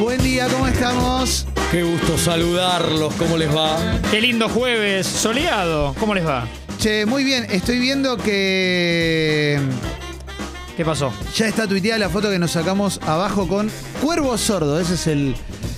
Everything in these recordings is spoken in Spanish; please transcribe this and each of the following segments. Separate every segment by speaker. Speaker 1: Buen día, ¿cómo estamos?
Speaker 2: Qué gusto saludarlos, ¿cómo les va?
Speaker 3: Qué lindo jueves, soleado. ¿Cómo les va?
Speaker 1: Che, muy bien, estoy viendo que
Speaker 3: ¿Qué pasó?
Speaker 1: ya está tuiteada la foto que nos sacamos abajo con Cuervo Sordo. Ese es el,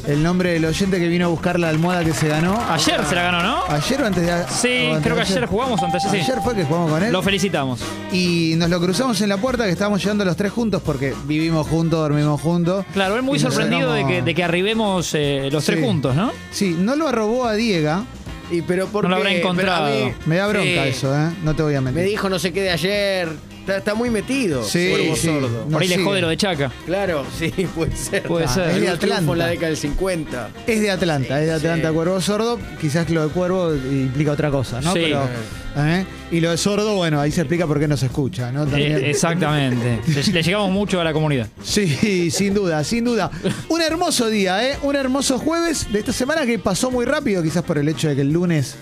Speaker 1: el nombre del oyente que vino a buscar la almohada que se ganó.
Speaker 3: Ayer se la ganó, ¿no?
Speaker 1: ¿Ayer o antes de a- o
Speaker 3: Sí,
Speaker 1: antes
Speaker 3: creo
Speaker 1: de
Speaker 3: que ayer jugamos antes, sí.
Speaker 1: Ayer fue que jugamos con él.
Speaker 3: Lo felicitamos.
Speaker 1: y nos lo cruzamos en la puerta que estábamos llegando los tres juntos porque vivimos juntos, dormimos juntos.
Speaker 3: Claro, él muy
Speaker 1: Y nos
Speaker 3: sorprendido de
Speaker 1: sacamos-
Speaker 3: que, de que arribemos eh, los
Speaker 1: Sí.
Speaker 3: tres juntos, ¿no?
Speaker 1: Sí, no lo robó a Diego.
Speaker 4: Y pero por
Speaker 3: No lo
Speaker 4: qué?
Speaker 3: habrá
Speaker 4: Pero a
Speaker 3: encontrado.
Speaker 4: mí-
Speaker 1: Me da bronca
Speaker 4: Sí.
Speaker 1: eso, ¿eh? No te voy a mentir.
Speaker 4: Me dijo no sé qué de ayer. Está, está muy metido.
Speaker 1: Sí,
Speaker 4: Cuervo
Speaker 1: sí.
Speaker 4: sordo.
Speaker 1: No,
Speaker 3: Por ahí le
Speaker 1: sí.
Speaker 3: jode lo de Chaca.
Speaker 4: Claro, sí, puede ser.
Speaker 3: Puede
Speaker 4: Ah,
Speaker 3: ser.
Speaker 4: el
Speaker 1: Es de
Speaker 4: triunfo
Speaker 1: Atlanta.
Speaker 4: en la década del 50.
Speaker 1: Es de Atlanta,
Speaker 4: Sí,
Speaker 1: es de Atlanta
Speaker 4: sí.
Speaker 1: Cuervo Sordo. Quizás lo de Cuervo implica otra cosa, ¿no?
Speaker 3: Sí.
Speaker 1: ¿eh? Y lo de Sordo, bueno, ahí se explica por qué no se escucha, ¿no? También.
Speaker 3: Eh, exactamente. Le, le llegamos mucho a la comunidad.
Speaker 1: Sí, sin duda, sin duda. Un hermoso día, ¿eh? Un hermoso jueves de esta semana que pasó muy rápido, quizás por el hecho de que el lunes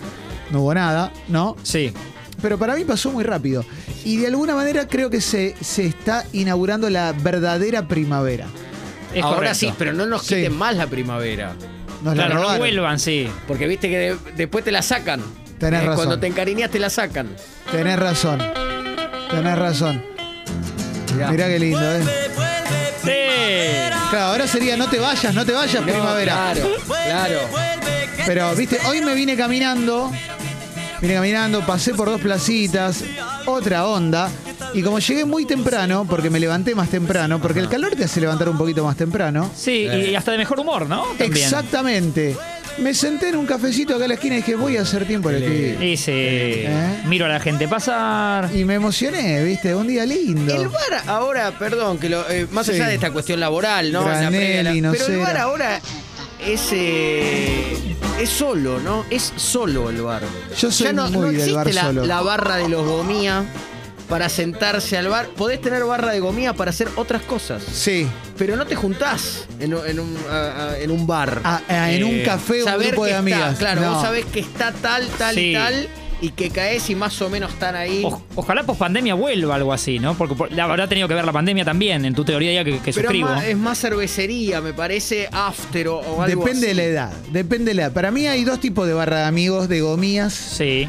Speaker 1: no hubo nada, ¿no?
Speaker 3: Sí.
Speaker 1: Pero para mí pasó muy rápido. Y de alguna manera creo que se, se está inaugurando la verdadera primavera.
Speaker 3: Es
Speaker 4: Ahora
Speaker 3: correcto.
Speaker 4: sí, pero no nos
Speaker 1: Sí.
Speaker 4: quiten más la primavera.
Speaker 1: Nos la
Speaker 3: Claro, no
Speaker 1: robaron.
Speaker 3: vuelvan, sí.
Speaker 4: Porque viste que de- después te la sacan. Eh,
Speaker 1: Tenés razón.
Speaker 4: Cuando te encariñas te la sacan.
Speaker 1: Tenés razón. Tenés razón. Mirá, qué lindo, ¿eh?
Speaker 3: Sí.
Speaker 1: Claro, ahora sería no te vayas, no te vayas,
Speaker 4: No,
Speaker 1: primavera.
Speaker 4: Claro, claro.
Speaker 1: Pero, viste, hoy me vine caminando. Vine caminando, pasé por dos placitas, otra onda. Y como llegué muy temprano, porque me levanté más temprano, porque el calor te hace levantar un poquito más temprano.
Speaker 3: Sí, y hasta de mejor humor, ¿no? También.
Speaker 1: Exactamente. Me senté en un cafecito acá en la esquina y dije, voy a hacer tiempo en el pibe.
Speaker 3: Y sí.
Speaker 1: ¿Eh?
Speaker 3: Miro a la gente pasar.
Speaker 1: Y me emocioné, viste, un día lindo.
Speaker 4: El bar ahora, perdón, que lo, eh, más
Speaker 1: Sí.
Speaker 4: allá de esta cuestión laboral, ¿no? En la
Speaker 1: Granelli,
Speaker 4: previa, la- pero el
Speaker 1: Nocera.
Speaker 4: bar ahora es eh, es solo, ¿no? Es solo el bar.
Speaker 1: Yo soy
Speaker 4: ya no,
Speaker 1: muy
Speaker 4: no
Speaker 1: del
Speaker 4: existe
Speaker 1: bar
Speaker 4: la,
Speaker 1: solo.
Speaker 4: la barra de los gomía para sentarse al bar. Podés tener barra de gomía para hacer otras cosas,
Speaker 1: Sí.
Speaker 4: pero no te juntás en, un- en un, a- a- en un bar.
Speaker 1: Ah, ah, en un café, un
Speaker 4: Eh, saber
Speaker 1: grupo
Speaker 4: que
Speaker 1: de
Speaker 4: está,
Speaker 1: amigas.
Speaker 4: claro,
Speaker 1: No.
Speaker 4: vos sabés que está tal, tal
Speaker 3: Sí.
Speaker 4: y tal, y que caes y más o menos están ahí.
Speaker 3: O- ojalá post pandemia vuelva algo así, ¿no? Porque por- la habrá tenido que ver la pandemia también, en tu teoría ya que, que
Speaker 4: Pero eh, es
Speaker 3: suscribo.
Speaker 4: más, es más cervecería, me parece, after o, o algo
Speaker 1: Depende de
Speaker 4: así.
Speaker 1: la edad, depende de la edad. Para mí hay dos tipos de barra de amigos, de gomías.
Speaker 3: Sí.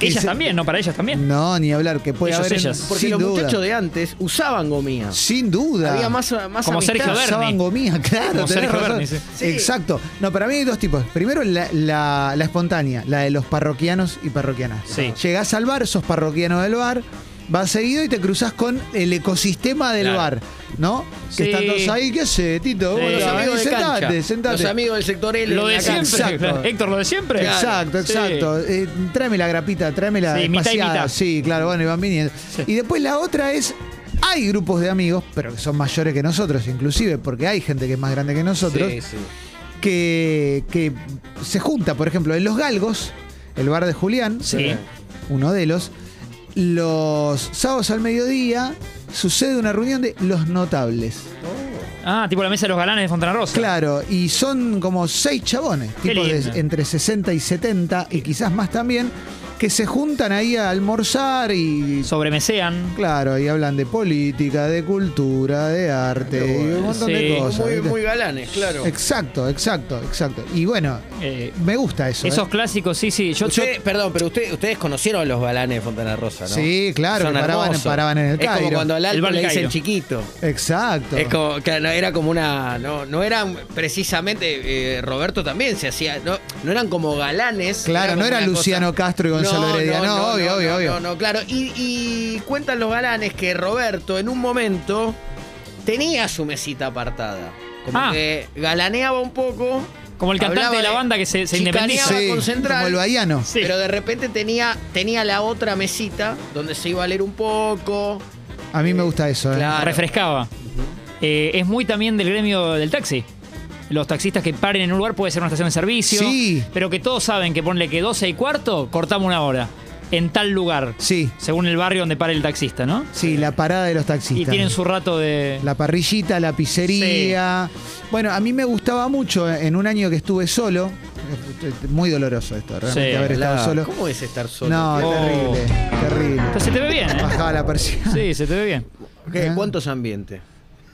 Speaker 3: Ellas
Speaker 1: se-
Speaker 3: también, ¿no? Para ellas también.
Speaker 1: No, ni hablar, que puede
Speaker 3: Ellos,
Speaker 1: haber. en-
Speaker 3: ellas.
Speaker 4: Porque
Speaker 1: sin
Speaker 4: los
Speaker 1: duda.
Speaker 4: muchachos de antes usaban gomía.
Speaker 1: Sin duda.
Speaker 4: Había más, más
Speaker 3: Como
Speaker 4: amistad.
Speaker 3: Sergio Berni.
Speaker 1: Usaban gomías, claro.
Speaker 3: Como
Speaker 1: tenés
Speaker 3: Sergio
Speaker 1: razón.
Speaker 3: Berni, sí.
Speaker 4: Sí.
Speaker 1: Exacto. No, para mí hay dos tipos. Primero, la, la- la espontánea, la de los parroquianos y parroquianas.
Speaker 3: Sí.
Speaker 1: Llegás al bar, sos parroquiano del bar, vas seguido y te cruzás con el ecosistema del
Speaker 4: Claro.
Speaker 1: bar, ¿no?
Speaker 3: Sí.
Speaker 1: Que están todos ahí, ¿qué hace, Tito?
Speaker 3: Sí.
Speaker 1: Bueno,
Speaker 4: Los
Speaker 3: Ahí,
Speaker 4: amigos de
Speaker 1: sentate,
Speaker 4: cancha.
Speaker 1: sentate.
Speaker 4: Los amigos del sector L.
Speaker 3: Lo
Speaker 4: en
Speaker 3: de
Speaker 4: la
Speaker 3: siempre.
Speaker 4: cancha.
Speaker 1: Exacto.
Speaker 3: Héctor, lo de siempre.
Speaker 1: Exacto,
Speaker 3: Sí.
Speaker 1: exacto. Eh, tráeme la grapita, tráeme la
Speaker 3: Sí, mitad y
Speaker 1: espaciada.
Speaker 3: mitad.
Speaker 1: Sí, claro, bueno, y van viniendo. Y después la otra es, hay grupos de amigos, pero que son mayores que nosotros, inclusive, porque hay gente que es más grande que nosotros,
Speaker 4: Sí, sí.
Speaker 1: que, que se junta, por ejemplo, en Los Galgos, el bar de Julián,
Speaker 3: Sí.
Speaker 1: uno de los, los sábados al mediodía sucede una reunión de los notables.
Speaker 3: Ah, tipo la mesa de los galanes de Fontana Rosa.
Speaker 1: Claro, y son como seis chabones,
Speaker 3: Qué
Speaker 1: tipos de
Speaker 3: lindo.
Speaker 1: entre 60 y 70 y quizás más también, que se juntan ahí a almorzar y...
Speaker 3: Sobremesean.
Speaker 1: Claro, y hablan de política, de cultura, de arte,
Speaker 4: Qué bueno.
Speaker 1: y un montón
Speaker 3: Sí.
Speaker 1: de cosas.
Speaker 4: Muy,
Speaker 1: ¿viste?
Speaker 4: muy galanes, claro.
Speaker 1: Exacto, exacto, exacto. Y bueno,
Speaker 3: Eh,
Speaker 1: me gusta eso.
Speaker 3: esos
Speaker 1: ¿eh?
Speaker 3: clásicos, sí, sí. Yo, yo-
Speaker 4: Ustedes- perdón, pero usted- ustedes conocieron a los galanes de Fontana Rosa, ¿no?
Speaker 1: Sí, claro,
Speaker 4: Son
Speaker 1: que paraban,
Speaker 4: hermosos.
Speaker 1: paraban en el
Speaker 4: Es
Speaker 1: Cairo.
Speaker 4: como cuando al
Speaker 3: El
Speaker 4: alto
Speaker 3: Bar
Speaker 4: le dicen
Speaker 3: Cairo.
Speaker 4: chiquito.
Speaker 1: Exacto.
Speaker 4: Es como, que no, era como una. No, no eran precisamente. eh, Roberto también se hacía. No, no eran como galanes.
Speaker 1: Claro, no
Speaker 4: como
Speaker 1: era
Speaker 4: una
Speaker 1: Luciano Castro y Gonzalo Heredia. No, obvio, obvio,
Speaker 4: no,
Speaker 1: obvio.
Speaker 4: No, no, claro. Y, y cuentan los galanes que Roberto en un momento tenía su mesita apartada. Como
Speaker 3: Ah.
Speaker 4: que galaneaba un poco.
Speaker 3: Como el cantante
Speaker 4: hablaba
Speaker 3: de la banda que se- se independiza.
Speaker 4: chicaneaba
Speaker 1: Sí,
Speaker 4: con Central,
Speaker 1: como el bahiano.
Speaker 3: Sí.
Speaker 4: Pero de repente tenía, tenía la otra mesita donde se iba a leer un poco.
Speaker 1: A mí me gusta eso. ¿eh?
Speaker 4: Claro.
Speaker 3: refrescaba. Eh, es muy también del gremio del taxi. Los taxistas que paren en un lugar puede ser una estación de servicio.
Speaker 1: Sí.
Speaker 3: Pero que todos saben que ponle que 12 y cuarto, cortamos una hora. En tal lugar.
Speaker 1: Sí,
Speaker 3: Según el barrio donde pare el taxista, ¿no?
Speaker 1: sí, la parada de los
Speaker 3: Y
Speaker 1: taxistas.
Speaker 3: tienen su rato de.
Speaker 1: La parrillita, la pizzería. Bueno, a mí me gustaba mucho eh, en un año que estuve solo. Muy doloroso esto, realmente
Speaker 3: Sí,
Speaker 1: haber
Speaker 4: La-
Speaker 1: estado solo.
Speaker 4: ¿Cómo es estar solo?
Speaker 1: No,
Speaker 3: Oh.
Speaker 1: terrible, terrible.
Speaker 3: Entonces se te ve bien, ¿eh?
Speaker 1: Bajaba la persiana.
Speaker 3: Sí, se te ve bien.
Speaker 4: ¿Qué? ¿Cuántos ambientes?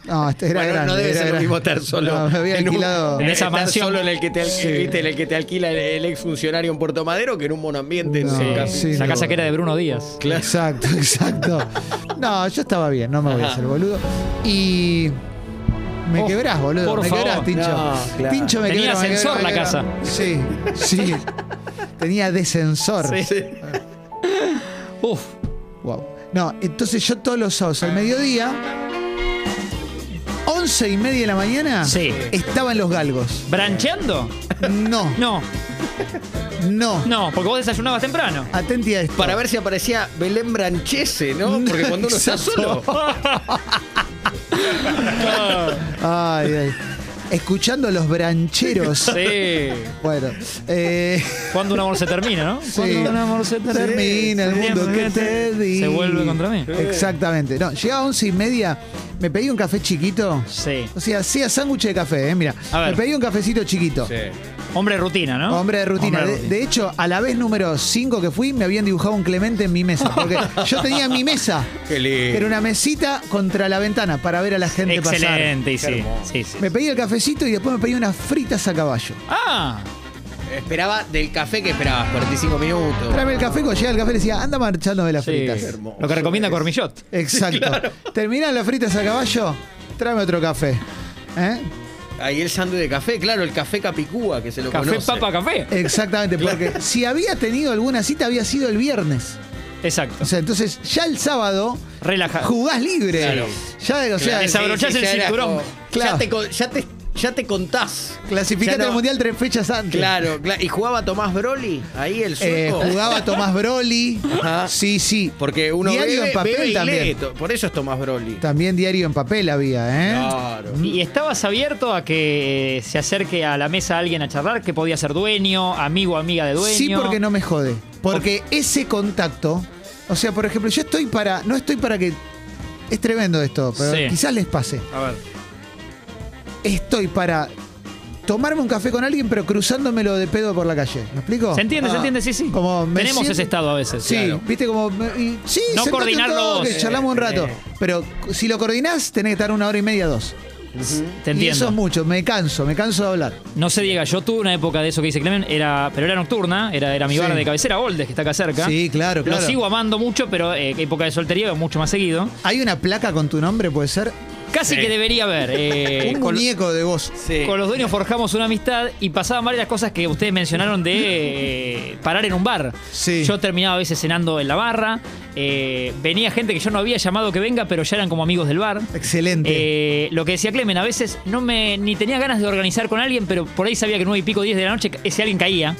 Speaker 1: No, este era
Speaker 4: Bueno,
Speaker 1: grande.
Speaker 4: no debe
Speaker 1: era
Speaker 4: ser lo
Speaker 1: grande.
Speaker 4: mismo estar solo.
Speaker 1: No, me había
Speaker 4: en un-
Speaker 1: alquilado.
Speaker 3: En esa
Speaker 4: estar
Speaker 3: mansión.
Speaker 4: solo en el que te, al-
Speaker 1: Sí.
Speaker 4: viste, en el que te alquila el, el ex funcionario en Puerto Madero que en un monoambiente. en
Speaker 1: No,
Speaker 4: su casa.
Speaker 1: sí,
Speaker 3: la
Speaker 1: no.
Speaker 3: casa que era de Bruno Díaz.
Speaker 4: Claro.
Speaker 1: Exacto, exacto. No, yo estaba bien, no me voy a
Speaker 4: Ajá.
Speaker 1: hacer boludo. Y. Me
Speaker 3: Oh,
Speaker 1: quebrás, boludo.
Speaker 3: por
Speaker 1: me
Speaker 3: favor.
Speaker 1: quebrás, Tincho.
Speaker 4: No, claro.
Speaker 1: Tincho me
Speaker 3: Tenía
Speaker 1: quebrás, me
Speaker 3: ascensor
Speaker 1: quebrás,
Speaker 3: la
Speaker 1: me quebrás. Sí, sí. Tenía descensor.
Speaker 3: Sí. Uf,
Speaker 1: Wow. No, entonces yo todos los sábados al mediodía, once y media de la mañana,
Speaker 3: Sí.
Speaker 1: estaba en los galgos.
Speaker 3: ¿brancheando?
Speaker 1: No,
Speaker 3: No,
Speaker 1: no.
Speaker 3: no, porque vos desayunabas temprano.
Speaker 1: Atenti a esto.
Speaker 4: Para ver si aparecía Belén Branchese, ¿no?
Speaker 1: No,
Speaker 4: Porque cuando uno está
Speaker 1: exacto.
Speaker 4: solo.
Speaker 1: Ay, ay. Escuchando a los brancheros.
Speaker 3: Sí.
Speaker 1: Bueno, eh,
Speaker 3: Cuando un amor se termina, ¿no? Cuando un amor se termina.
Speaker 1: termina el
Speaker 3: Sí,
Speaker 1: mundo que te di.
Speaker 3: Se vuelve contra mí.
Speaker 1: Exactamente. No, llegaba a once y media, me pedí un café chiquito.
Speaker 3: Sí.
Speaker 1: O sea, hacía sándwich de café, eh, mira.
Speaker 3: A ver.
Speaker 1: Me pedí un cafecito chiquito.
Speaker 3: Hombre de rutina, ¿no?
Speaker 1: Hombre de rutina.
Speaker 3: Hombre
Speaker 1: De, de hecho, a la vez número 5 que fui, me habían dibujado un clemente en mi mesa. Porque yo tenía mi mesa.
Speaker 4: Qué
Speaker 1: que Era
Speaker 4: lindo.
Speaker 1: una mesita contra la ventana para ver a la gente pasar.
Speaker 3: Excelente, y
Speaker 4: Qué
Speaker 3: sí.
Speaker 4: hermoso.
Speaker 3: sí, sí.
Speaker 1: Me pedí el cafecito y después me pedí unas fritas a caballo.
Speaker 3: Ah,
Speaker 4: Esperaba del café que esperabas, 45 minutos.
Speaker 1: Tráeme el café, cuando llegaba el café le decía, anda marchando de las
Speaker 3: sí.
Speaker 1: fritas.
Speaker 4: hermoso
Speaker 3: Lo que recomienda Cormillot.
Speaker 1: Exacto. Terminan las fritas a caballo, tráeme otro café. ¿Eh?
Speaker 4: Ahí el sándwich de café, claro, el café Capicúa que se lo
Speaker 3: Café,
Speaker 4: conoce.
Speaker 3: papa, café.
Speaker 1: Exactamente, porque si había tenido alguna cita había sido el viernes.
Speaker 3: Exacto.
Speaker 1: O sea, entonces ya el sábado
Speaker 3: Relaja.
Speaker 1: jugás libre.
Speaker 4: Claro.
Speaker 1: Ya, o sea,
Speaker 4: Claro, sí,
Speaker 3: desabrochás
Speaker 4: sí,
Speaker 3: el
Speaker 4: ya era
Speaker 3: cinturón.
Speaker 4: como-
Speaker 1: Claro.
Speaker 4: Ya, te, co- ya, te, ya te contás.
Speaker 1: Clasificate
Speaker 4: Ya no-
Speaker 1: al Mundial tres fechas antes.
Speaker 4: Claro, claro. ¿Y jugaba Tomás Broly ahí el
Speaker 1: Eh,
Speaker 4: sueco?
Speaker 1: jugaba Tomás Broly.
Speaker 4: Ajá.
Speaker 1: Sí, sí.
Speaker 4: Porque uno
Speaker 1: Diario
Speaker 4: bebe-
Speaker 1: en papel
Speaker 4: bebe y
Speaker 1: también.
Speaker 4: lee, to- Por eso es Tomás Broly.
Speaker 1: También diario en papel había, ¿eh?
Speaker 4: Claro.
Speaker 3: ¿Y estabas abierto a que eh, se acerque a la mesa alguien a charlar? Que podía ser dueño, amigo, amiga de dueño.
Speaker 1: Sí, porque no me jode. Porque ese contacto. O sea, por ejemplo, yo estoy para. No estoy para que. Es tremendo esto, pero
Speaker 3: Sí.
Speaker 1: quizás les pase.
Speaker 3: A ver.
Speaker 1: Estoy para tomarme un café con alguien, pero cruzándomelo de pedo por la calle. ¿Me explico?
Speaker 3: ¿Se entiende? ¿Se
Speaker 4: Ah.
Speaker 3: entiende? Sí, sí.
Speaker 1: Como me
Speaker 3: Tenemos
Speaker 1: siento-
Speaker 3: ese estado a veces.
Speaker 1: Sí,
Speaker 3: claro.
Speaker 1: viste como. me- y- sí, sentate
Speaker 3: No
Speaker 1: un
Speaker 3: coordinarlo eh,
Speaker 1: toque,
Speaker 3: vos.
Speaker 1: charlamos un rato.
Speaker 4: Sí.
Speaker 1: Pero si lo coordinás, tenés que estar una hora y media, dos.
Speaker 3: Te
Speaker 1: Y eso
Speaker 3: entiendo.
Speaker 1: es mucho, me canso, me canso de hablar.
Speaker 3: No se diga, yo tuve una época de eso que dice Clemen, era, pero era nocturna, era, era mi
Speaker 1: Sí.
Speaker 3: bar de cabecera, Goldes, que está acá cerca.
Speaker 1: Sí, claro, claro.
Speaker 3: Lo sigo amando mucho, pero eh, época de soltería, mucho más seguido.
Speaker 1: Hay una placa con tu nombre, puede ser.
Speaker 3: Casi
Speaker 4: Sí.
Speaker 3: que debería haber. eh,
Speaker 1: un
Speaker 3: con,
Speaker 1: muñeco de vos.
Speaker 4: Sí.
Speaker 3: con los dueños forjamos una amistad y pasaban varias cosas que ustedes mencionaron de eh, parar en un bar.
Speaker 1: Sí.
Speaker 3: Yo terminaba a veces cenando en la barra, eh, venía gente que yo no había llamado que venga, pero ya eran como amigos del bar.
Speaker 1: Excelente.
Speaker 3: Eh, lo que decía Clemen, a veces no me ni tenía ganas de organizar con alguien, pero por ahí sabía que nueve y pico, 10 de la noche, ese alguien caía.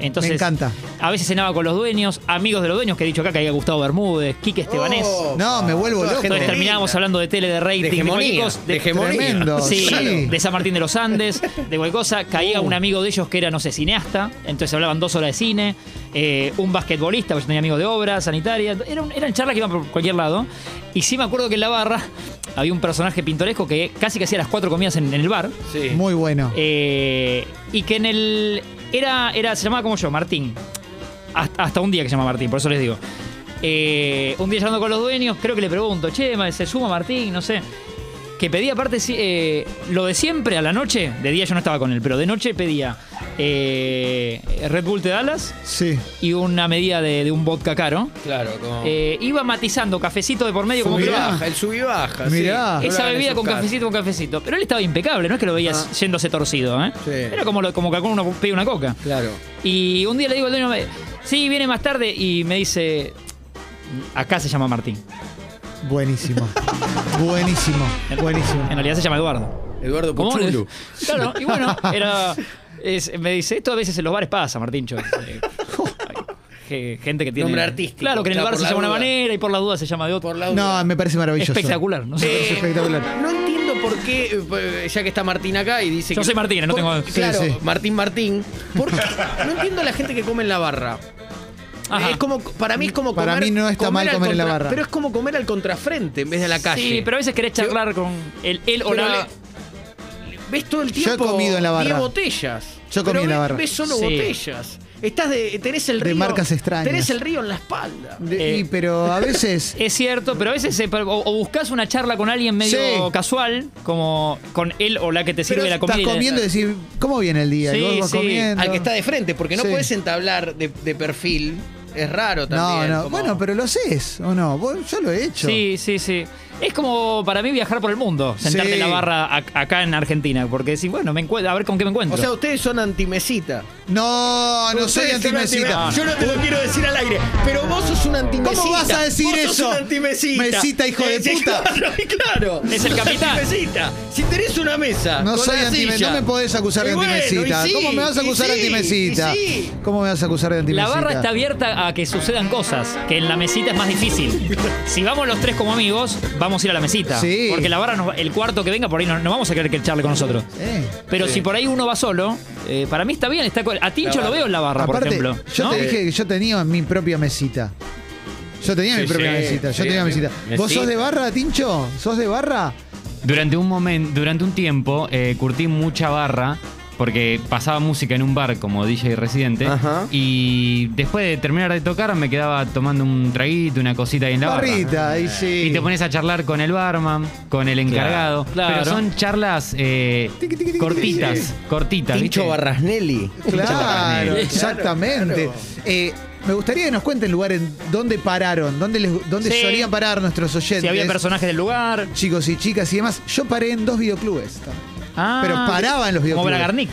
Speaker 3: Entonces,
Speaker 1: Me encanta.
Speaker 3: A veces cenaba con los dueños, amigos de los dueños, que he dicho acá caía Gustavo Bermúdez, Quique Estebanés.
Speaker 4: Oh,
Speaker 1: No, me vuelvo
Speaker 4: toda
Speaker 1: loco.
Speaker 4: gente
Speaker 3: Entonces terminábamos
Speaker 4: linda.
Speaker 3: hablando de tele, de rating,
Speaker 4: De hegemonía,
Speaker 3: cualquier cosa,
Speaker 4: de hegemonía.
Speaker 1: Tremendo.
Speaker 3: Sí,
Speaker 1: sí.
Speaker 3: de San Martín de los Andes, de cualquier cosa. Caía un amigo de ellos que era, no sé, cineasta, entonces hablaban dos horas de cine. eh, un basquetbolista, porque yo tenía amigos de obra, sanitaria. Era un- eran charlas que iban por cualquier lado. Y sí me acuerdo que en la barra había un personaje pintoresco que casi que hacía las cuatro comidas en, en el bar.
Speaker 4: Sí.
Speaker 1: Muy bueno.
Speaker 3: eh, y que en el. Era, era, se llamaba como yo, Martín. Hasta, hasta un día que se llama Martín, por eso les digo. Eh, un día hablando con los dueños, creo que le pregunto, che, ma, se suma Martín, no sé. Que pedía aparte sí, eh, lo de siempre a la noche, de día yo no estaba con él, pero de noche pedía eh, Red Bull te Dallas
Speaker 1: Sí.
Speaker 3: y una medida de, de un vodka caro.
Speaker 4: Claro, como.
Speaker 3: Eh, iba matizando cafecito de por medio como que
Speaker 1: Mirá.
Speaker 3: lo-
Speaker 4: Subibaja, el subibaja.
Speaker 1: Mirá.
Speaker 4: sí.
Speaker 3: esa
Speaker 4: Hablaban
Speaker 3: bebida
Speaker 4: esos
Speaker 3: con
Speaker 4: casos.
Speaker 3: cafecito, con cafecito. Pero él estaba impecable, no es que lo veías
Speaker 4: Ah.
Speaker 3: yéndose torcido, ¿eh?
Speaker 4: Sí.
Speaker 3: Era como, lo, como que alguno pide una coca.
Speaker 4: Claro.
Speaker 3: Y un día le digo al dueño, me- sí, viene más tarde y me dice, acá se llama Martín.
Speaker 1: Buenísimo. buenísimo. Buenísimo.
Speaker 3: En realidad se llama Eduardo.
Speaker 4: Eduardo
Speaker 3: ¿Cómo?
Speaker 4: Puchulu.
Speaker 3: Le- Claro, y bueno, era, es- me dice, esto a veces en los bares pasa, Martín Cho. Eh, que- Gente que tiene...
Speaker 4: Nombre artístico.
Speaker 3: Claro, que en el
Speaker 4: Claro,
Speaker 3: bar
Speaker 4: por
Speaker 3: se
Speaker 4: la
Speaker 3: llama de una
Speaker 4: duda.
Speaker 3: manera y por las dudas se llama de otra.
Speaker 4: Por la
Speaker 1: No,
Speaker 4: duda.
Speaker 1: me parece maravilloso.
Speaker 3: Espectacular, no
Speaker 1: Me
Speaker 3: sé.
Speaker 1: parece espectacular.
Speaker 4: Eh, No entiendo por qué, eh, ya que está Martín acá y dice
Speaker 3: Yo
Speaker 4: que.
Speaker 3: soy Martínez, no
Speaker 4: por-
Speaker 3: tengo-
Speaker 4: Claro,
Speaker 1: Sí, sí.
Speaker 4: Martín Martín. ¿Por qué? No entiendo a la gente que come en la barra.
Speaker 3: Ajá.
Speaker 4: Es como, para mí es como
Speaker 1: Para
Speaker 4: comer.
Speaker 1: mí no está mal
Speaker 4: al
Speaker 1: comer en la
Speaker 4: contra-
Speaker 1: barra.
Speaker 4: Pero es como comer al contrafrente en vez de a la calle.
Speaker 3: Sí, pero a veces querés charlar con el, él o
Speaker 4: Pero
Speaker 3: la...
Speaker 4: le- ves todo el
Speaker 1: Yo he
Speaker 4: tiempo.
Speaker 1: comido en la barra.
Speaker 4: 10 botellas.
Speaker 1: Yo comí
Speaker 4: Pero
Speaker 1: en la
Speaker 4: ves-
Speaker 1: barra.
Speaker 4: Ves solo
Speaker 3: Sí.
Speaker 4: botellas. Estás de, tenés el
Speaker 1: De
Speaker 4: río.
Speaker 1: marcas extrañas.
Speaker 4: Tenés el río en la espalda.
Speaker 1: De-
Speaker 3: Eh.
Speaker 1: y, pero a veces.
Speaker 3: Es cierto, pero a veces eh, pero- o, buscas una charla con alguien medio
Speaker 1: Sí.
Speaker 3: casual, como con él o la que te sirve
Speaker 1: pero
Speaker 3: la comida.
Speaker 1: estás comiendo y decís, ¿cómo viene el día? y
Speaker 3: Sí,
Speaker 1: vos vas
Speaker 3: sí,
Speaker 1: comiendo.
Speaker 4: Al que está de frente, porque no
Speaker 1: Sí.
Speaker 4: puedes entablar de, de perfil. Es raro
Speaker 1: No,
Speaker 4: también.
Speaker 1: no.
Speaker 4: como-
Speaker 1: Bueno, pero lo haces, ¿o no? Vos- yo lo he hecho.
Speaker 3: Sí, sí, sí. Es como para mí viajar por el mundo, sentarte
Speaker 1: Sí.
Speaker 3: en la barra ac- acá en Argentina, porque decís, bueno, me encuentro, a ver con qué me encuentro.
Speaker 4: O sea, ustedes son antimesita.
Speaker 1: No, no soy
Speaker 4: Ustedes son
Speaker 1: antimesita.
Speaker 4: antimesita. Yo no te lo quiero decir al aire, pero vos sos un antimesita.
Speaker 1: ¿Cómo vas a decir
Speaker 4: Vos sos
Speaker 1: eso?
Speaker 4: un antimesita. Eh,
Speaker 1: Mesita, hijo de
Speaker 4: Sí,
Speaker 1: puta.
Speaker 4: Claro, claro.
Speaker 3: Es el
Speaker 4: Sos
Speaker 3: capitán.
Speaker 4: antimesita. Si tenés una mesa.
Speaker 1: No
Speaker 4: con
Speaker 1: soy
Speaker 4: la
Speaker 1: antimesita.
Speaker 4: silla-
Speaker 1: No me podés acusar de
Speaker 4: Y bueno, y
Speaker 1: antimesita.
Speaker 4: sí,
Speaker 1: ¿Cómo me vas a
Speaker 4: y
Speaker 1: acusar de
Speaker 4: sí,
Speaker 1: antimesita?
Speaker 4: y sí.
Speaker 1: ¿Cómo me vas a acusar de
Speaker 3: la
Speaker 1: antimesita?
Speaker 3: barra está abierta a que sucedan cosas, que en la mesita es más difícil. Si vamos los tres como amigos, vamos a ir a la mesita.
Speaker 1: Sí.
Speaker 3: Porque la barra, nos- el cuarto que venga, por ahí no, no vamos a querer que charle con nosotros.
Speaker 1: Eh.
Speaker 3: Pero si por ahí uno va solo, eh, para mí está bien. Está, co- a Tincho
Speaker 4: La
Speaker 3: lo
Speaker 4: barra.
Speaker 3: veo en la barra, por
Speaker 1: Aparte,
Speaker 3: ejemplo.
Speaker 1: yo
Speaker 3: ¿no?
Speaker 1: te dije que yo tenía mi propia mesita. Yo tenía mi
Speaker 5: Sí,
Speaker 1: propia
Speaker 5: sí,
Speaker 1: mesita.
Speaker 5: sí,
Speaker 1: Yo tenía
Speaker 5: sí.
Speaker 1: mesita. ¿Vos
Speaker 5: Mesita.
Speaker 1: sos de barra, Tincho? ¿Sos de barra?
Speaker 5: Durante un momento, durante un tiempo, eh, curtí mucha barra porque pasaba música en un bar como DJ residente
Speaker 4: Ajá.
Speaker 5: y después de terminar de tocar me quedaba tomando un traguito, una cosita ahí en la barra.
Speaker 1: Barrita, ahí sí.
Speaker 5: Y te pones a charlar con el barman, con el encargado.
Speaker 3: claro.
Speaker 5: Pero son charlas eh,
Speaker 1: Tiqui, tiqui, tiqui,
Speaker 5: cortitas,
Speaker 1: tiqui.
Speaker 5: cortitas.
Speaker 4: Tincho
Speaker 5: ¿viste?
Speaker 4: Barrasnelli.
Speaker 1: Claro,
Speaker 5: Claro,
Speaker 1: exactamente.
Speaker 4: claro.
Speaker 1: Eh, me gustaría que nos cuenten lugares donde pararon, dónde, les, dónde
Speaker 3: Sí.
Speaker 1: solían parar nuestros oyentes.
Speaker 3: Si había personajes del lugar.
Speaker 1: Chicos y chicas y demás. Yo paré en dos videoclubes.
Speaker 3: Ah,
Speaker 1: Pero paraba en los
Speaker 3: Como
Speaker 1: videoclubes.
Speaker 3: Bragarnik.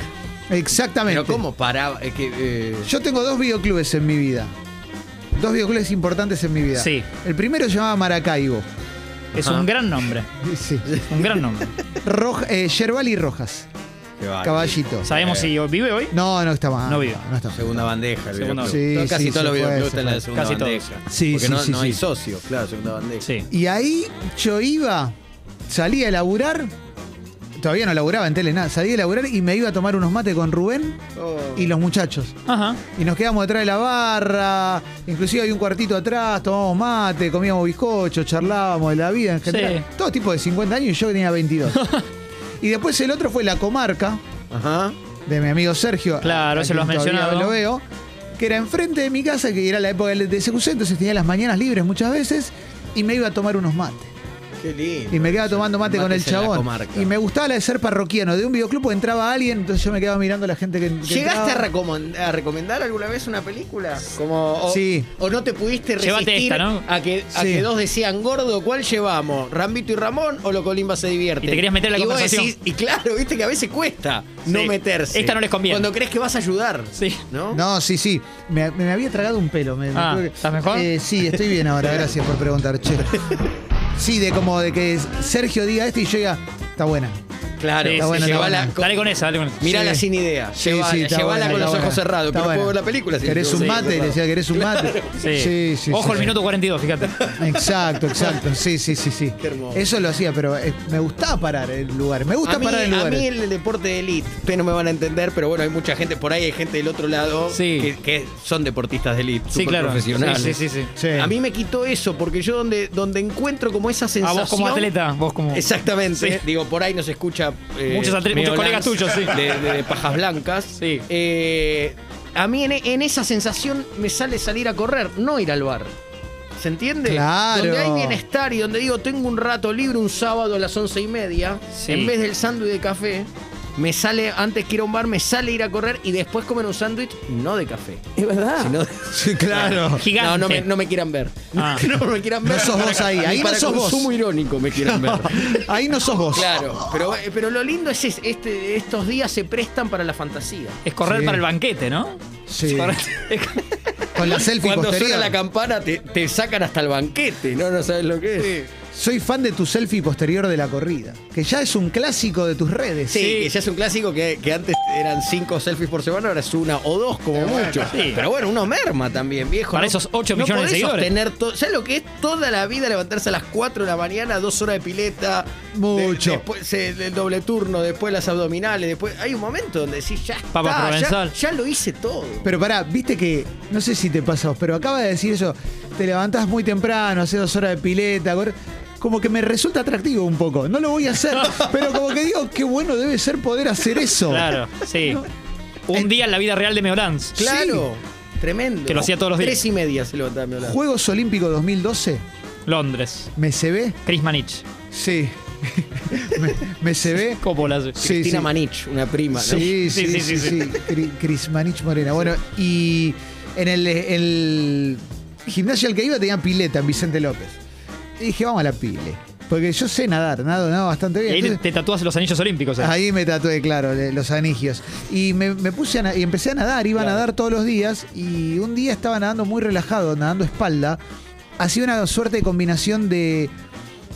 Speaker 1: Exactamente.
Speaker 4: Pero ¿cómo paraba? Es que, eh,
Speaker 1: Yo tengo dos videoclubes en mi vida. Dos videoclubes importantes en mi vida.
Speaker 3: Sí.
Speaker 1: El primero se llamaba Maracaibo.
Speaker 3: Es
Speaker 5: Ajá.
Speaker 3: un gran nombre.
Speaker 1: Sí.
Speaker 3: Un gran nombre.
Speaker 1: Roja, eh, Yerbal y Rojas.
Speaker 4: qué va,
Speaker 1: Caballito.
Speaker 3: Sabemos si vive hoy.
Speaker 1: No, no está mal.
Speaker 3: No vive.
Speaker 1: No está mal.
Speaker 4: Segunda bandeja. el
Speaker 3: Segunda
Speaker 4: videoclub.
Speaker 1: bandeja. Sí,
Speaker 4: Todo- casi
Speaker 1: sí,
Speaker 4: todos
Speaker 1: se
Speaker 4: los
Speaker 1: fue,
Speaker 4: videoclubs
Speaker 1: se
Speaker 4: están en la
Speaker 1: fue.
Speaker 4: segunda
Speaker 3: Casi todos.
Speaker 4: bandeja.
Speaker 1: Sí,
Speaker 4: porque
Speaker 1: sí,
Speaker 4: no,
Speaker 1: sí,
Speaker 4: no
Speaker 1: sí.
Speaker 4: hay socios, claro, segunda bandeja.
Speaker 3: Sí.
Speaker 1: Y ahí yo iba, salía a laburar, todavía no laburaba en tele, nada, salía a laburar y me iba a tomar unos mates con Rubén y
Speaker 3: Oh.
Speaker 1: los muchachos.
Speaker 3: Ajá.
Speaker 1: Y nos quedamos detrás de la barra, inclusive había un cuartito atrás, tomábamos mate, comíamos bizcocho, charlábamos de la vida en general.
Speaker 3: Sí.
Speaker 1: Todo tipo de 50 años y yo tenía 22. y después el otro fue La Comarca,
Speaker 4: Ajá.
Speaker 1: de mi amigo Sergio.
Speaker 3: Claro,
Speaker 1: a- a
Speaker 3: se lo has
Speaker 1: quien todavía
Speaker 3: mencionado.
Speaker 1: Lo veo. Que era enfrente de mi casa, que era la época del DSQC, entonces tenía las mañanas libres muchas veces y me iba a tomar unos mates.
Speaker 4: Qué lindo.
Speaker 1: Y me quedaba tomando mate con el
Speaker 4: Mates en la
Speaker 1: chabón.
Speaker 4: comarca.
Speaker 1: Y me gustaba la de ser parroquiano. De un videoclub pues, entraba alguien, entonces yo me quedaba mirando a la gente que. que
Speaker 4: ¿Llegaste a,
Speaker 1: entraba.
Speaker 4: recomend- a recomendar alguna vez una película? Como, o,
Speaker 1: Sí.
Speaker 4: o no te pudiste resistir
Speaker 3: Llévate esta, ¿no?
Speaker 4: a, que, a
Speaker 1: Sí.
Speaker 4: que dos decían, gordo, ¿cuál llevamos? ¿Rambito y Ramón o Locolimba se divierte?
Speaker 3: Y te querías meter en la
Speaker 4: Y vos
Speaker 3: conversación.
Speaker 4: decís- y claro, viste que a veces cuesta
Speaker 3: Sí.
Speaker 4: no meterse.
Speaker 3: Esta no les conviene.
Speaker 4: Cuando crees que vas a ayudar.
Speaker 3: Sí.
Speaker 4: ¿No?
Speaker 1: No, sí, sí. Me, me había tragado un pelo. me- me
Speaker 3: Ah,
Speaker 1: tuve que-
Speaker 3: ¿estás mejor?
Speaker 1: Eh, sí, estoy bien ahora. Gracias por preguntar, che. Sí, de como de que Sergio diga esto y yo diga, está buena.
Speaker 4: Claro,
Speaker 3: Sí,
Speaker 1: está
Speaker 3: sí,
Speaker 1: bueno,
Speaker 3: sí.
Speaker 1: está
Speaker 4: llévala
Speaker 1: bueno.
Speaker 4: con-
Speaker 3: Dale con esa, dale con esa.
Speaker 4: Mirala
Speaker 1: Sí.
Speaker 4: sin idea.
Speaker 1: Sí,
Speaker 4: Lleva-
Speaker 1: sí, está
Speaker 4: llévala
Speaker 1: buena,
Speaker 4: con
Speaker 1: está
Speaker 4: los ojos
Speaker 1: buena.
Speaker 4: cerrados.
Speaker 1: Está
Speaker 4: Pero no puedo ver
Speaker 1: buena.
Speaker 4: la película. si
Speaker 1: ¿Querés
Speaker 4: no
Speaker 1: un
Speaker 4: puedo-
Speaker 1: mate? Le decía, ¿querés un mate?
Speaker 3: Sí.
Speaker 1: sí, sí.
Speaker 3: Ojo
Speaker 1: sí,
Speaker 3: el
Speaker 1: sí.
Speaker 3: minuto 42, fíjate.
Speaker 1: Exacto, exacto. Sí, sí, sí, sí.
Speaker 4: Qué hermoso.
Speaker 1: Eso lo hacía, pero eh, me gustaba parar el lugar. Me
Speaker 3: Ah,
Speaker 1: gusta
Speaker 4: a mí,
Speaker 1: parar el
Speaker 4: a
Speaker 1: lugar.
Speaker 4: mí el deporte de elite, ustedes no me van a entender, pero bueno, hay mucha gente, por ahí hay gente del otro lado
Speaker 3: Sí.
Speaker 4: que, que son deportistas de elite,
Speaker 3: Sí, claro.
Speaker 4: profesionales.
Speaker 3: Sí, sí, sí. sí.
Speaker 1: Sí.
Speaker 4: A mí me quitó eso, porque yo donde, donde encuentro como esa
Speaker 3: A
Speaker 4: sensación...
Speaker 3: vos como atleta, vos como.
Speaker 4: Exactamente.
Speaker 3: Sí.
Speaker 4: Digo, por ahí nos escucha... eh,
Speaker 3: Muchos atle-
Speaker 4: Meo
Speaker 3: muchos colegas tuyos, sí.
Speaker 4: De, de- de pajas blancas.
Speaker 3: Sí.
Speaker 4: Eh, a mí en, en esa sensación me sale salir a correr, no ir al bar. ¿Se entiende?
Speaker 1: Claro.
Speaker 4: Donde hay bienestar y donde digo, tengo un rato libre un sábado a las once y media,
Speaker 3: Sí.
Speaker 4: en vez del sándwich de café, me sale, antes que ir a un bar, me sale ir a correr y después comer un sándwich, no de café. Es verdad.
Speaker 1: Sí, claro.
Speaker 3: Gigante.
Speaker 4: No, no me, no me quieran ver.
Speaker 3: Ah.
Speaker 4: No me quieran ver.
Speaker 1: No sos vos ahí,
Speaker 4: Ni
Speaker 1: ahí no
Speaker 4: para
Speaker 1: sos vos.
Speaker 4: consumo irónico me quieran ver.
Speaker 1: Ahí no sos vos.
Speaker 4: Claro, pero, eh, pero lo lindo es es- este, estos días se prestan para la fantasía.
Speaker 3: Es correr
Speaker 1: Sí.
Speaker 3: para el banquete, ¿no?
Speaker 1: Sí.
Speaker 3: Correr-
Speaker 1: Con la selfie
Speaker 4: Cuando
Speaker 1: posterior.
Speaker 4: suena la campana te, te sacan hasta el banquete, ¿no? No sabes lo que es.
Speaker 1: Soy fan de tu selfie posterior de la corrida, que ya es un clásico de tus redes.
Speaker 4: Sí, que ya es un clásico que, que antes eran cinco selfies por semana, ahora es una o dos como mucho.
Speaker 3: sí.
Speaker 4: Pero bueno, uno merma también, viejo.
Speaker 3: Para
Speaker 4: ¿no?
Speaker 3: esos ocho
Speaker 4: No
Speaker 3: millones de
Speaker 4: podés
Speaker 3: seguidores.
Speaker 4: sostener to- ¿Sabes lo que es toda la vida levantarse a las 4 de la mañana, dos horas de pileta? de-
Speaker 1: Mucho.
Speaker 4: después eh, el doble turno, después las abdominales, después. Hay un momento donde decís, ya está,
Speaker 3: Papa
Speaker 4: ya,
Speaker 3: provenzal.
Speaker 4: ya lo hice todo.
Speaker 1: Pero pará, viste que, no sé si te pasa a vos, pero acaba de decir eso, te levantás muy temprano, haces dos horas de pileta, cor- como que me resulta atractivo un poco, no lo voy a hacer, pero como que digo, qué bueno debe ser poder hacer eso.
Speaker 3: Claro, sí. Un día en la vida real de Meolans.
Speaker 4: Claro. Tremendo.
Speaker 3: Que lo hacía todos los días.
Speaker 4: Tres y media se levantaba mi hola.
Speaker 1: Juegos Olímpicos 2012,
Speaker 3: Londres.
Speaker 1: ¿me se ve?
Speaker 3: Chris Manich.
Speaker 1: Sí. ¿Me, me se ve?
Speaker 3: Coppola.
Speaker 1: Sí,
Speaker 4: Cristina
Speaker 1: sí.
Speaker 4: Manich, una prima. ¿no?
Speaker 1: Sí,
Speaker 3: Sí,
Speaker 1: sí,
Speaker 3: sí,
Speaker 1: sí, sí. Cri- Cris Manich Morena. Bueno, y en el, el gimnasio al que iba tenía pileta en Vicente López. Y dije, vamos a la pile. Porque yo sé nadar, nado, nado bastante
Speaker 3: Y
Speaker 1: bien.
Speaker 3: ahí te,
Speaker 1: Entonces,
Speaker 3: te tatuás los anillos olímpicos. eh.
Speaker 1: Ahí me tatué, claro, le- los anigios. Y me, me puse a na- y empecé a nadar, iba a nadar todos los días. Y un día estaba nadando muy relajado, nadando espalda. Hacía una suerte de combinación de,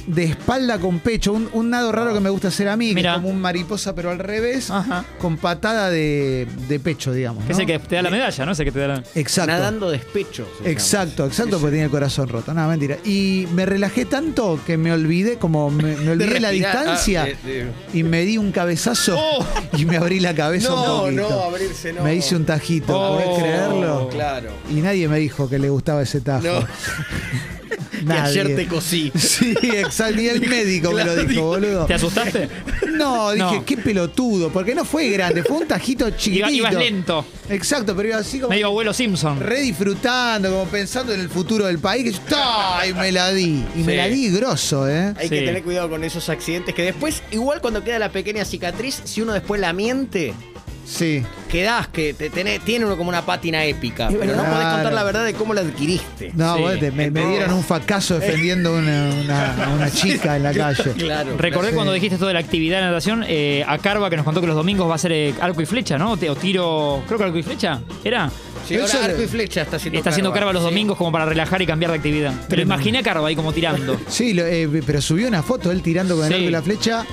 Speaker 1: de espalda con pecho, un, un nado raro que me gusta hacer a mí, que es
Speaker 3: Ah. Mirá.
Speaker 1: como un mariposa pero al revés,
Speaker 3: Ajá.
Speaker 1: con patada de, de pecho, digamos.
Speaker 3: Que es
Speaker 1: ¿no?
Speaker 3: el que te da la medalla, ¿no? Ese que te da la...
Speaker 1: Exacto.
Speaker 4: Nadando despecho. se llama.
Speaker 1: Exacto, exacto, porque tenía el corazón roto. No, mentira. Y me relajé tanto que me olvidé, como me, me
Speaker 4: De
Speaker 1: olvidé la
Speaker 4: respirar, ah,
Speaker 1: distancia.
Speaker 4: eh, eh.
Speaker 1: Y me di un cabezazo
Speaker 3: ¡Oh!
Speaker 1: y me abrí la cabeza
Speaker 4: No,
Speaker 1: un poquito.
Speaker 4: no, abrirse no.
Speaker 1: Me hice un tajito,
Speaker 3: Oh,
Speaker 1: ¿podés creerlo?
Speaker 4: Claro.
Speaker 1: Y nadie me dijo que le gustaba ese tajo.
Speaker 4: No.
Speaker 1: Nadie.
Speaker 4: Y ayer te cosí.
Speaker 1: Sí, exacto. Y el médico me lo dijo, boludo.
Speaker 3: ¿Te asustaste?
Speaker 1: No, dije,
Speaker 3: No.
Speaker 1: qué pelotudo, porque no fue grande, fue un tajito chiquitito.
Speaker 3: Iba- ibas lento.
Speaker 1: Exacto, pero iba así como
Speaker 3: Medio abuelo Simpson.
Speaker 1: re disfrutando, como pensando en el futuro del país, que yo, ¡ay, me la di! Y me
Speaker 4: Sí.
Speaker 1: la di grosso, ¿eh?
Speaker 4: Hay
Speaker 3: Sí.
Speaker 4: que tener cuidado con esos accidentes que después, igual cuando queda la pequeña cicatriz, si uno después la miente,
Speaker 1: Sí.
Speaker 4: quedás que te tenés- tiene uno como una pátina épica.
Speaker 1: Es
Speaker 4: Pero no
Speaker 1: verdad.
Speaker 4: podés contar la verdad de cómo la adquiriste.
Speaker 1: No,
Speaker 3: Sí.
Speaker 1: bueno, te- me, me
Speaker 4: Entonces-
Speaker 1: dieron un fracaso defendiendo una, una- a una chica en la calle.
Speaker 4: Claro.
Speaker 3: Recordé
Speaker 1: Sí.
Speaker 3: cuando dijiste esto de la actividad de natación eh, a Carva que nos contó que los domingos va a ser eh, arco y flecha, ¿no? O te- o tiro. Creo que arco y flecha. ¿Era?
Speaker 4: Sí, ahora
Speaker 1: Eso es-
Speaker 4: arco y flecha está haciendo
Speaker 3: Está haciendo Carva los
Speaker 4: Sí.
Speaker 3: domingos como para relajar y cambiar de actividad. Pero
Speaker 1: Tremendo.
Speaker 3: imaginé a Carva ahí como tirando.
Speaker 1: Sí, lo- eh, pero subió una foto él tirando con
Speaker 3: Sí.
Speaker 1: el arco y la flecha.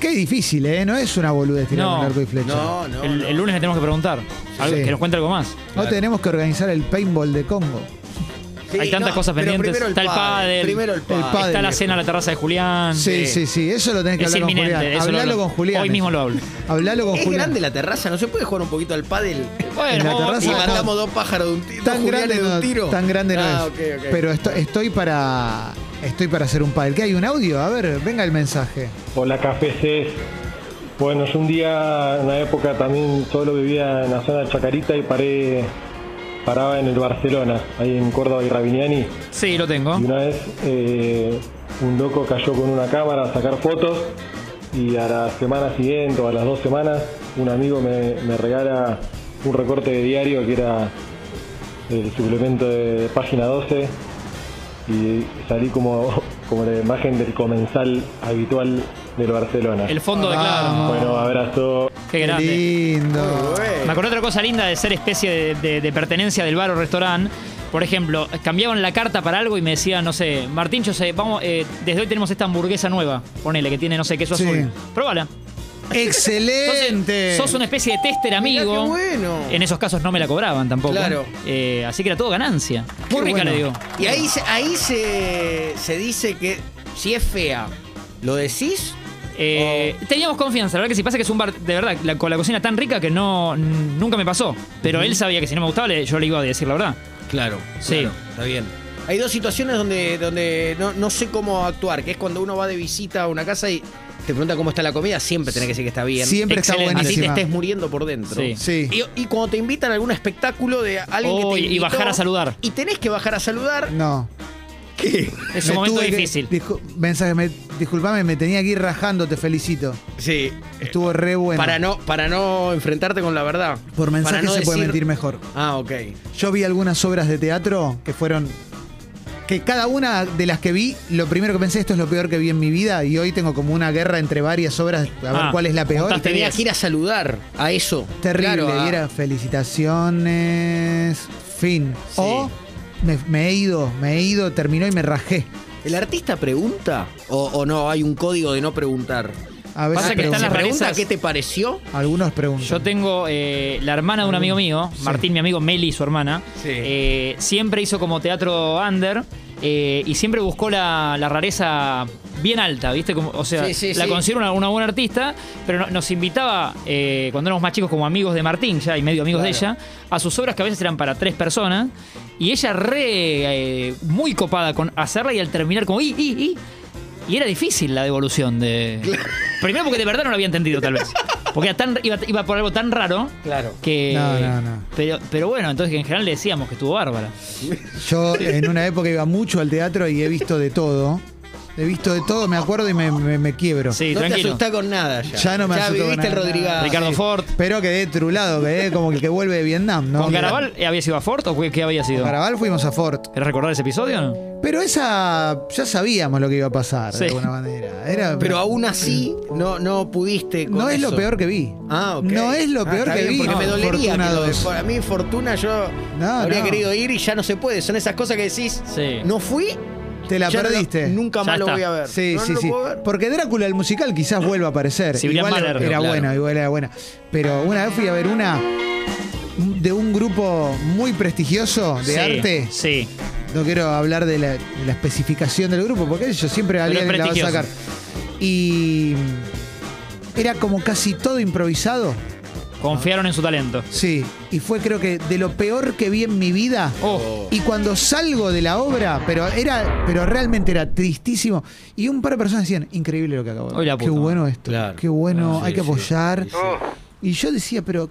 Speaker 1: Qué difícil, ¿eh? No es una boludez tirar
Speaker 3: No.
Speaker 1: con el arco y flecha.
Speaker 4: No, no.
Speaker 3: el,
Speaker 4: no.
Speaker 3: el lunes le tenemos que preguntar. Algo-
Speaker 1: Sí.
Speaker 3: Que nos cuente algo más.
Speaker 1: No tenemos que organizar el paintball de Congo.
Speaker 4: Sí,
Speaker 3: Hay tantas cosas
Speaker 4: pero
Speaker 3: pendientes.
Speaker 4: Primero el
Speaker 3: Está el pádel.
Speaker 4: Primero el
Speaker 3: El
Speaker 4: pádel.
Speaker 1: pádel.
Speaker 3: Está la
Speaker 1: viejo.
Speaker 3: cena en la terraza de Julián. Eh,
Speaker 1: Sí, sí, sí, Eso lo tenés que
Speaker 3: Es
Speaker 1: hablar con Julián.
Speaker 3: inminente. eso lo
Speaker 1: Hablalo
Speaker 3: hablo.
Speaker 1: con Julián.
Speaker 3: Hoy mismo lo hablo.
Speaker 1: Hablalo con
Speaker 4: Es
Speaker 1: Julián.
Speaker 4: grande la terraza, no se puede jugar un poquito al pádel.
Speaker 1: En la
Speaker 3: Bueno, vos-
Speaker 1: terraza
Speaker 4: Y
Speaker 1: Pasa,
Speaker 4: matamos
Speaker 1: Juan.
Speaker 4: dos pájaros de un tiro.
Speaker 1: tan
Speaker 4: dos
Speaker 1: grande,
Speaker 4: Julianes de
Speaker 1: no,
Speaker 4: un tiro.
Speaker 1: tan grande no
Speaker 4: Ah,
Speaker 1: es.
Speaker 4: ok, ok.
Speaker 1: Pero esto- estoy para estoy para hacer un pádel. ¿Qué hay un audio? A ver, venga el mensaje.
Speaker 6: Hola KFC. Bueno, yo un día, en una época también solo vivía en la zona de Chacarita y paré, paraba en el Barcelona, ahí en Córdoba y Rabiniani.
Speaker 3: sí, lo tengo.
Speaker 6: Y una vez eh, un loco cayó con una cámara a sacar fotos y a la semana siguiente o a las dos semanas un amigo me, me regala un recorte de diario que era el suplemento de página 12 y salí como, como la imagen del comensal habitual del Barcelona.
Speaker 3: El fondo de
Speaker 1: Vamos.
Speaker 3: claro.
Speaker 6: Bueno, abrazo.
Speaker 3: Qué grande.
Speaker 1: lindo.
Speaker 4: Bueno.
Speaker 3: Me acordé otra cosa linda de ser especie de, de- de pertenencia del bar o restaurante. Por ejemplo, cambiaban la carta para algo y me decían, no sé, Martín, yo sé, vamos, eh, desde hoy tenemos esta hamburguesa nueva, ponele, que tiene, no sé, queso
Speaker 1: Sí.
Speaker 3: azul. Probala.
Speaker 1: Excelente.
Speaker 3: Entonces, sos una especie de tester
Speaker 4: Mirá
Speaker 3: amigo.
Speaker 4: qué bueno.
Speaker 3: En esos casos no me la cobraban tampoco.
Speaker 4: Claro.
Speaker 3: Eh, así que era todo ganancia. Muy
Speaker 1: Qué
Speaker 3: rica
Speaker 1: bueno.
Speaker 3: le digo.
Speaker 4: Y ahí, se- ahí se, se dice que si es fea, ¿lo decís?
Speaker 3: Eh,
Speaker 4: Oh.
Speaker 3: Teníamos confianza, la verdad que sí. Pasa que es un bar, de verdad, la- con la cocina tan rica que no n- nunca me pasó. Pero él sabía que si no me gustaba, le- yo le iba a decir la verdad.
Speaker 4: Claro.
Speaker 3: Sí.
Speaker 4: está bien. Hay dos situaciones donde, donde no, no sé cómo actuar, que es cuando uno va de visita a una casa y te pregunta cómo está la comida, siempre tenés que decir que está bien.
Speaker 1: Siempre está
Speaker 3: Excelente.
Speaker 4: Así te
Speaker 1: buenísima.
Speaker 4: estés muriendo por dentro.
Speaker 3: Sí.
Speaker 1: Sí.
Speaker 4: Y, y cuando te invitan a algún espectáculo de alguien
Speaker 3: Oh,
Speaker 4: que te
Speaker 3: y- y
Speaker 4: invitó,
Speaker 3: bajar a saludar.
Speaker 4: Y tenés que bajar a saludar.
Speaker 1: No.
Speaker 4: ¿Qué?
Speaker 3: Es
Speaker 1: Me
Speaker 3: un momento
Speaker 1: tuve que-
Speaker 3: difícil.
Speaker 1: discu- mensaje, me, disculpame, me tenía que ir rajando, te felicito.
Speaker 4: Sí.
Speaker 1: Estuvo re bueno.
Speaker 4: Para no, para no enfrentarte con la verdad.
Speaker 1: Por mensaje
Speaker 4: Para no
Speaker 1: se puede
Speaker 4: decir-
Speaker 1: mentir mejor.
Speaker 4: Ah, ok.
Speaker 1: Yo vi algunas obras de teatro que fueron. Que cada una de las que vi, lo primero que pensé, esto es lo peor que vi en mi vida, y hoy tengo como una guerra entre varias obras, a ver
Speaker 3: Ah,
Speaker 1: cuál es la peor.
Speaker 3: juntaste
Speaker 4: Tenía
Speaker 3: Tenías.
Speaker 4: que ir a saludar a eso.
Speaker 1: Terrible,
Speaker 4: Claro, ah. a-
Speaker 1: y era felicitaciones, fin.
Speaker 4: Sí.
Speaker 1: O me, me he ido, me he ido, terminó y me rajé.
Speaker 4: ¿El artista pregunta? O, o no? ¿Hay un código de no preguntar?
Speaker 1: A veces
Speaker 3: Pasa que
Speaker 1: pregunto.
Speaker 3: están
Speaker 4: ¿Se
Speaker 3: las
Speaker 4: pregunta
Speaker 3: rarezas.
Speaker 4: qué te pareció?
Speaker 1: algunos preguntan.
Speaker 3: Yo tengo eh, la hermana de un amigo mío, Martín, mi amigo Meli, su hermana.
Speaker 4: Sí.
Speaker 3: eh, siempre hizo como teatro under eh, y siempre buscó la, la rareza bien alta, ¿viste? Como, o sea,
Speaker 4: Sí, sí,
Speaker 3: la
Speaker 4: sí.
Speaker 3: considero una, una buena artista, pero no- nos invitaba, eh, cuando éramos más chicos, como amigos de Martín ya y medio amigos de ella,
Speaker 4: Claro.
Speaker 3: a sus obras que a veces eran para tres personas. Y ella re, eh, muy copada con hacerla y al terminar como, ¡y, y, y! Y era difícil la devolución de... Primero porque de verdad no la había entendido tal vez. Porque era tan- iba, iba por algo tan raro
Speaker 4: Claro.
Speaker 3: que.
Speaker 1: No, no, no.
Speaker 3: Pero, pero bueno, entonces que en general le decíamos que estuvo bárbara.
Speaker 1: Yo en una época iba mucho al teatro y he visto de todo. He visto de todo, me acuerdo y me, me- me quiebro.
Speaker 3: Sí,
Speaker 4: no te
Speaker 3: tranquilo.
Speaker 4: asustás con nada ya.
Speaker 1: Ya no me
Speaker 4: Ya
Speaker 1: asusto con
Speaker 4: viviste el
Speaker 1: nada.
Speaker 4: Rodríguez.
Speaker 3: Ricardo Ford.
Speaker 1: Pero quedé trulado, quedé como el que vuelve de Vietnam, ¿no?
Speaker 3: ¿Con Garabal eh, había sido a Ford o qué, qué había sido?
Speaker 1: Con Garabal fuimos a Fort.
Speaker 3: ¿Querés recordar ese episodio o no?
Speaker 1: Pero esa ya sabíamos lo que iba a pasar,
Speaker 3: Sí.
Speaker 1: de alguna manera. Era,
Speaker 4: Pero aún así no, no pudiste. con
Speaker 1: no es lo
Speaker 4: eso.
Speaker 1: peor que vi.
Speaker 4: Ah, ok.
Speaker 1: No es lo
Speaker 4: Ah,
Speaker 1: peor
Speaker 4: está
Speaker 1: que
Speaker 4: bien,
Speaker 1: vi.
Speaker 4: Porque me
Speaker 1: No,
Speaker 4: dolería.
Speaker 1: Fortuna
Speaker 4: que lo de-
Speaker 1: 2.
Speaker 4: a mí, Fortuna, yo
Speaker 1: No,
Speaker 4: habría
Speaker 1: no.
Speaker 4: querido ir y ya no se puede. Son esas cosas que decís.
Speaker 3: Sí.
Speaker 4: No fui.
Speaker 1: Te la
Speaker 4: ya no-
Speaker 1: perdiste.
Speaker 4: nunca
Speaker 3: Ya
Speaker 4: más lo
Speaker 3: está.
Speaker 4: voy a ver.
Speaker 1: Sí,
Speaker 4: No, no
Speaker 1: sí,
Speaker 4: lo
Speaker 1: sí.
Speaker 4: puedo ver.
Speaker 1: Porque Drácula el musical quizás vuelva a aparecer.
Speaker 3: Si William
Speaker 1: igual
Speaker 3: Mahler,
Speaker 1: era
Speaker 3: claro.
Speaker 1: buena, igual era buena. Pero una vez fui a ver una de un grupo muy prestigioso de
Speaker 3: Sí,
Speaker 1: arte.
Speaker 3: Sí.
Speaker 1: No quiero hablar de la, de la especificación del grupo, porque yo siempre alguien
Speaker 3: es
Speaker 1: la va a
Speaker 3: prestigioso.
Speaker 1: sacar. Y era como casi todo improvisado.
Speaker 3: Confiaron en su talento.
Speaker 1: Sí. Y fue creo que de lo peor que vi en mi vida.
Speaker 3: Oh.
Speaker 1: Y cuando salgo de la obra, pero era, pero realmente era tristísimo. Y un par de personas decían, increíble lo que acabo de ver.
Speaker 3: Hoy la
Speaker 1: Qué
Speaker 3: puta
Speaker 1: bueno esto.
Speaker 4: Claro.
Speaker 1: Qué bueno,
Speaker 4: Ah,
Speaker 1: hay
Speaker 4: sí,
Speaker 1: que
Speaker 4: sí,
Speaker 1: apoyar.
Speaker 4: sí, sí.
Speaker 1: Y yo decía, pero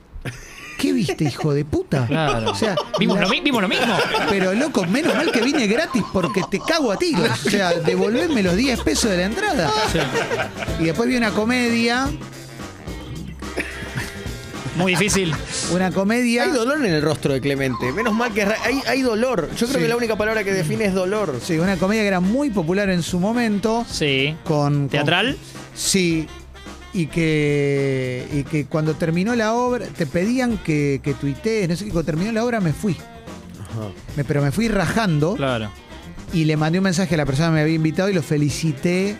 Speaker 1: ¿qué viste, hijo de puta?
Speaker 3: Claro.
Speaker 1: O sea,
Speaker 3: ¿Vimos,
Speaker 1: la-
Speaker 3: lo, mi- vimos lo mismo.
Speaker 1: pero loco, menos mal que vine gratis porque te cago a tiros. O sea, devolverme los 10 pesos de la entrada. Y después vi una comedia,
Speaker 3: Muy difícil.
Speaker 1: una comedia.
Speaker 4: Hay dolor en el rostro de Clemente. Menos mal que ra- hay, hay dolor. Yo creo
Speaker 1: Sí.
Speaker 4: que la única palabra que define es dolor.
Speaker 1: Sí, una comedia que era muy popular en su momento.
Speaker 3: Sí.
Speaker 1: Con, con-
Speaker 3: ¿Teatral?
Speaker 1: Sí. Y que, y que cuando terminó la obra, te pedían que, que tuitees, no sé qué, cuando terminó la obra me fui. Me- pero me fui rajando
Speaker 3: Claro.
Speaker 1: y le mandé un mensaje a la persona que me había invitado y lo felicité.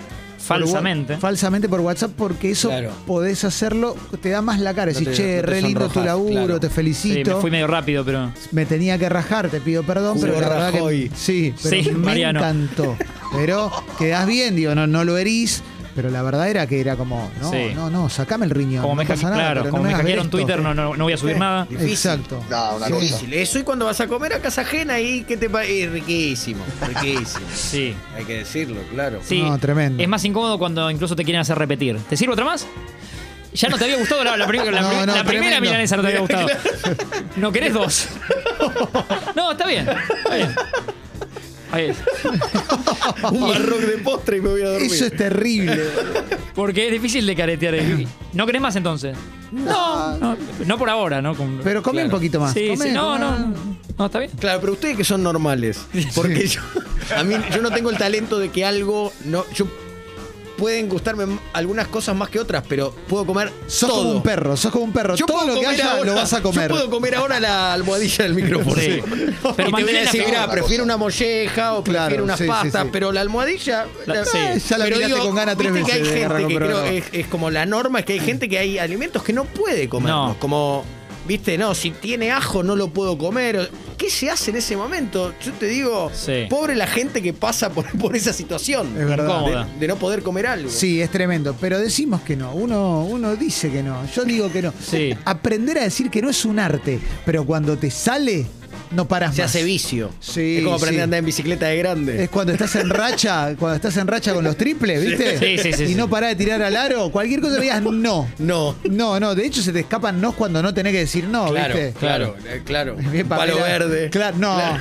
Speaker 1: por
Speaker 3: Falsamente.
Speaker 1: wa- falsamente por WhatsApp, porque eso
Speaker 4: Claro.
Speaker 1: podés hacerlo, te da más la cara. Decís,
Speaker 4: te-
Speaker 1: che,
Speaker 4: no te
Speaker 1: re lindo tu
Speaker 4: sonrojas,
Speaker 1: laburo,
Speaker 4: claro.
Speaker 1: te
Speaker 3: Sí,
Speaker 1: felicito.
Speaker 3: me fui
Speaker 1: me...
Speaker 3: medio rápido, pero.
Speaker 1: tenía que rajar, te pido perdón,
Speaker 4: Jugó
Speaker 1: pero la verdad que.
Speaker 4: Rajoy.
Speaker 1: Sí, pero
Speaker 3: Sí,
Speaker 1: me
Speaker 3: Mariano.
Speaker 1: encantó. Pero quedás bien, digo, no, no lo herís. Pero la verdad era que era como, no,
Speaker 3: Sí.
Speaker 1: no, no, sacame el riñón.
Speaker 3: Como
Speaker 1: no
Speaker 3: me, ha-
Speaker 1: pasa nada,
Speaker 3: claro,
Speaker 1: pero no
Speaker 3: como me
Speaker 1: me, hagas ver
Speaker 3: hackearon
Speaker 1: esto. ¿eh?
Speaker 3: Twitter, no, no, no voy a subir nada.
Speaker 4: Difícil.
Speaker 1: Exacto.
Speaker 7: No, una cosa.
Speaker 4: Difícil. Eso y cuando vas a comer a casa ajena y que te pa- y riquísimo, riquísimo.
Speaker 3: Sí.
Speaker 4: Hay que decirlo, claro.
Speaker 3: Sí.
Speaker 1: No, tremendo.
Speaker 3: Es más incómodo cuando incluso te quieren hacer repetir. ¿Te sirve otra más? Ya no te había gustado la, la prim- la
Speaker 1: No,
Speaker 3: prim-
Speaker 1: no,
Speaker 3: la primera
Speaker 1: tremendo.
Speaker 3: milanesa, no te había gustado. ¿No querés dos? No, está bien. Está bien. Está bien.
Speaker 4: Un barroc de postre y me voy a dormir.
Speaker 1: Eso es terrible.
Speaker 3: Porque es difícil de caretear. el- ¿No querés más entonces? No, no, no por ahora, ¿no? Con-
Speaker 1: Pero come un poquito más.
Speaker 3: Sí,
Speaker 1: Come,
Speaker 3: sí, no,
Speaker 1: come.
Speaker 3: no. No, está bien.
Speaker 4: Claro, pero ustedes que son normales. Porque yo, a mí, yo no tengo el talento de que algo no. Yo pueden gustarme m- algunas cosas más que otras, pero puedo comer
Speaker 1: Sos
Speaker 4: todo.
Speaker 1: como un perro, sos como un perro.
Speaker 4: Yo
Speaker 1: Todo
Speaker 4: puedo
Speaker 1: lo que
Speaker 4: comer
Speaker 1: haya
Speaker 4: ahora-
Speaker 1: lo vas a comer.
Speaker 4: Yo puedo comer ahora la almohadilla del micrófono.
Speaker 3: Sí. Pero
Speaker 4: Pero y te voy
Speaker 3: mantén
Speaker 4: a
Speaker 3: la
Speaker 4: decir,
Speaker 3: figura.
Speaker 4: mira, prefiero una molleja o
Speaker 1: Claro,
Speaker 4: prefiero unas
Speaker 1: sí, sí,
Speaker 4: pastas,
Speaker 1: sí.
Speaker 4: pero la almohadilla.
Speaker 3: La- sí.
Speaker 1: Eh, ya la
Speaker 4: pero
Speaker 1: miraste con ganas tres
Speaker 4: viste
Speaker 1: veces de
Speaker 4: Que hay
Speaker 1: agarrar
Speaker 4: gente que
Speaker 1: con
Speaker 4: creo
Speaker 1: programa.
Speaker 4: es, es como la norma, es que hay gente que hay alimentos que no puede comer.
Speaker 3: No.
Speaker 4: Como, viste, no, si tiene ajo no lo puedo comer. ¿Qué se hace en ese momento? Yo te digo,
Speaker 3: Sí.
Speaker 4: pobre la gente que pasa por, por esa situación.
Speaker 1: Es verdad.
Speaker 3: Incómoda.
Speaker 4: De, de no poder comer algo.
Speaker 1: Sí, es tremendo. Pero decimos que no. Uno, uno dice que no. Yo digo que no.
Speaker 3: Sí.
Speaker 1: Aprender a decir que no es un arte, pero cuando te sale, no paras
Speaker 4: Se
Speaker 1: más.
Speaker 4: hace vicio.
Speaker 1: Sí,
Speaker 4: es como aprender
Speaker 1: sí.
Speaker 4: a andar en bicicleta de grande.
Speaker 1: Es cuando estás en racha, cuando estás en racha con los triples, ¿viste?
Speaker 3: Sí, sí, sí,
Speaker 1: Y
Speaker 3: sí.
Speaker 1: no parás de tirar al aro, cualquier cosa que digas no.
Speaker 4: No.
Speaker 1: No, no, de hecho se te escapan no cuando no tenés que decir no,
Speaker 4: Claro,
Speaker 1: ¿viste?
Speaker 4: claro, eh, claro.
Speaker 1: Bien,
Speaker 4: Palo
Speaker 1: Pamela.
Speaker 4: verde.
Speaker 1: Claro, no.
Speaker 4: Claro.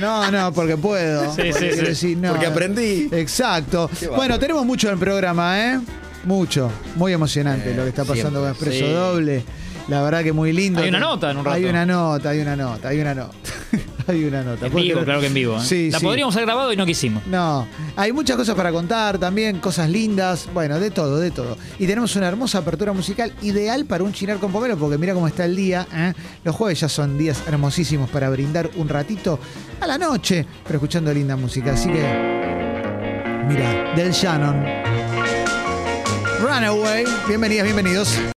Speaker 1: No, no, porque puedo.
Speaker 3: Sí,
Speaker 1: Porque
Speaker 3: sí,
Speaker 1: quiero
Speaker 3: sí.
Speaker 1: decir, no.
Speaker 4: Porque aprendí.
Speaker 1: Exacto. Bueno, tenemos mucho en el programa, ¿eh? Mucho. Muy emocionante lo que está pasando con Expreso
Speaker 3: Sí.
Speaker 1: Doble. La verdad que muy lindo.
Speaker 3: Hay una nota en un
Speaker 1: Hay
Speaker 3: rato.
Speaker 1: una nota, hay una nota, hay una nota. hay una nota.
Speaker 3: En
Speaker 1: ¿Puedo
Speaker 3: vivo,
Speaker 1: creer?
Speaker 3: claro que en vivo. ¿eh?
Speaker 1: Sí,
Speaker 3: la
Speaker 1: sí.
Speaker 3: podríamos haber grabado y no quisimos.
Speaker 1: No, hay muchas cosas para contar también, cosas lindas, bueno, de todo, de todo. Y tenemos una hermosa apertura musical ideal para un chinar con pomelo, porque mira cómo está el día. ¿eh? Los jueves ya son días hermosísimos para brindar un ratito a la noche, pero escuchando linda música. Así que, mira, Del Shannon. Runaway, bienvenidas, bienvenidos.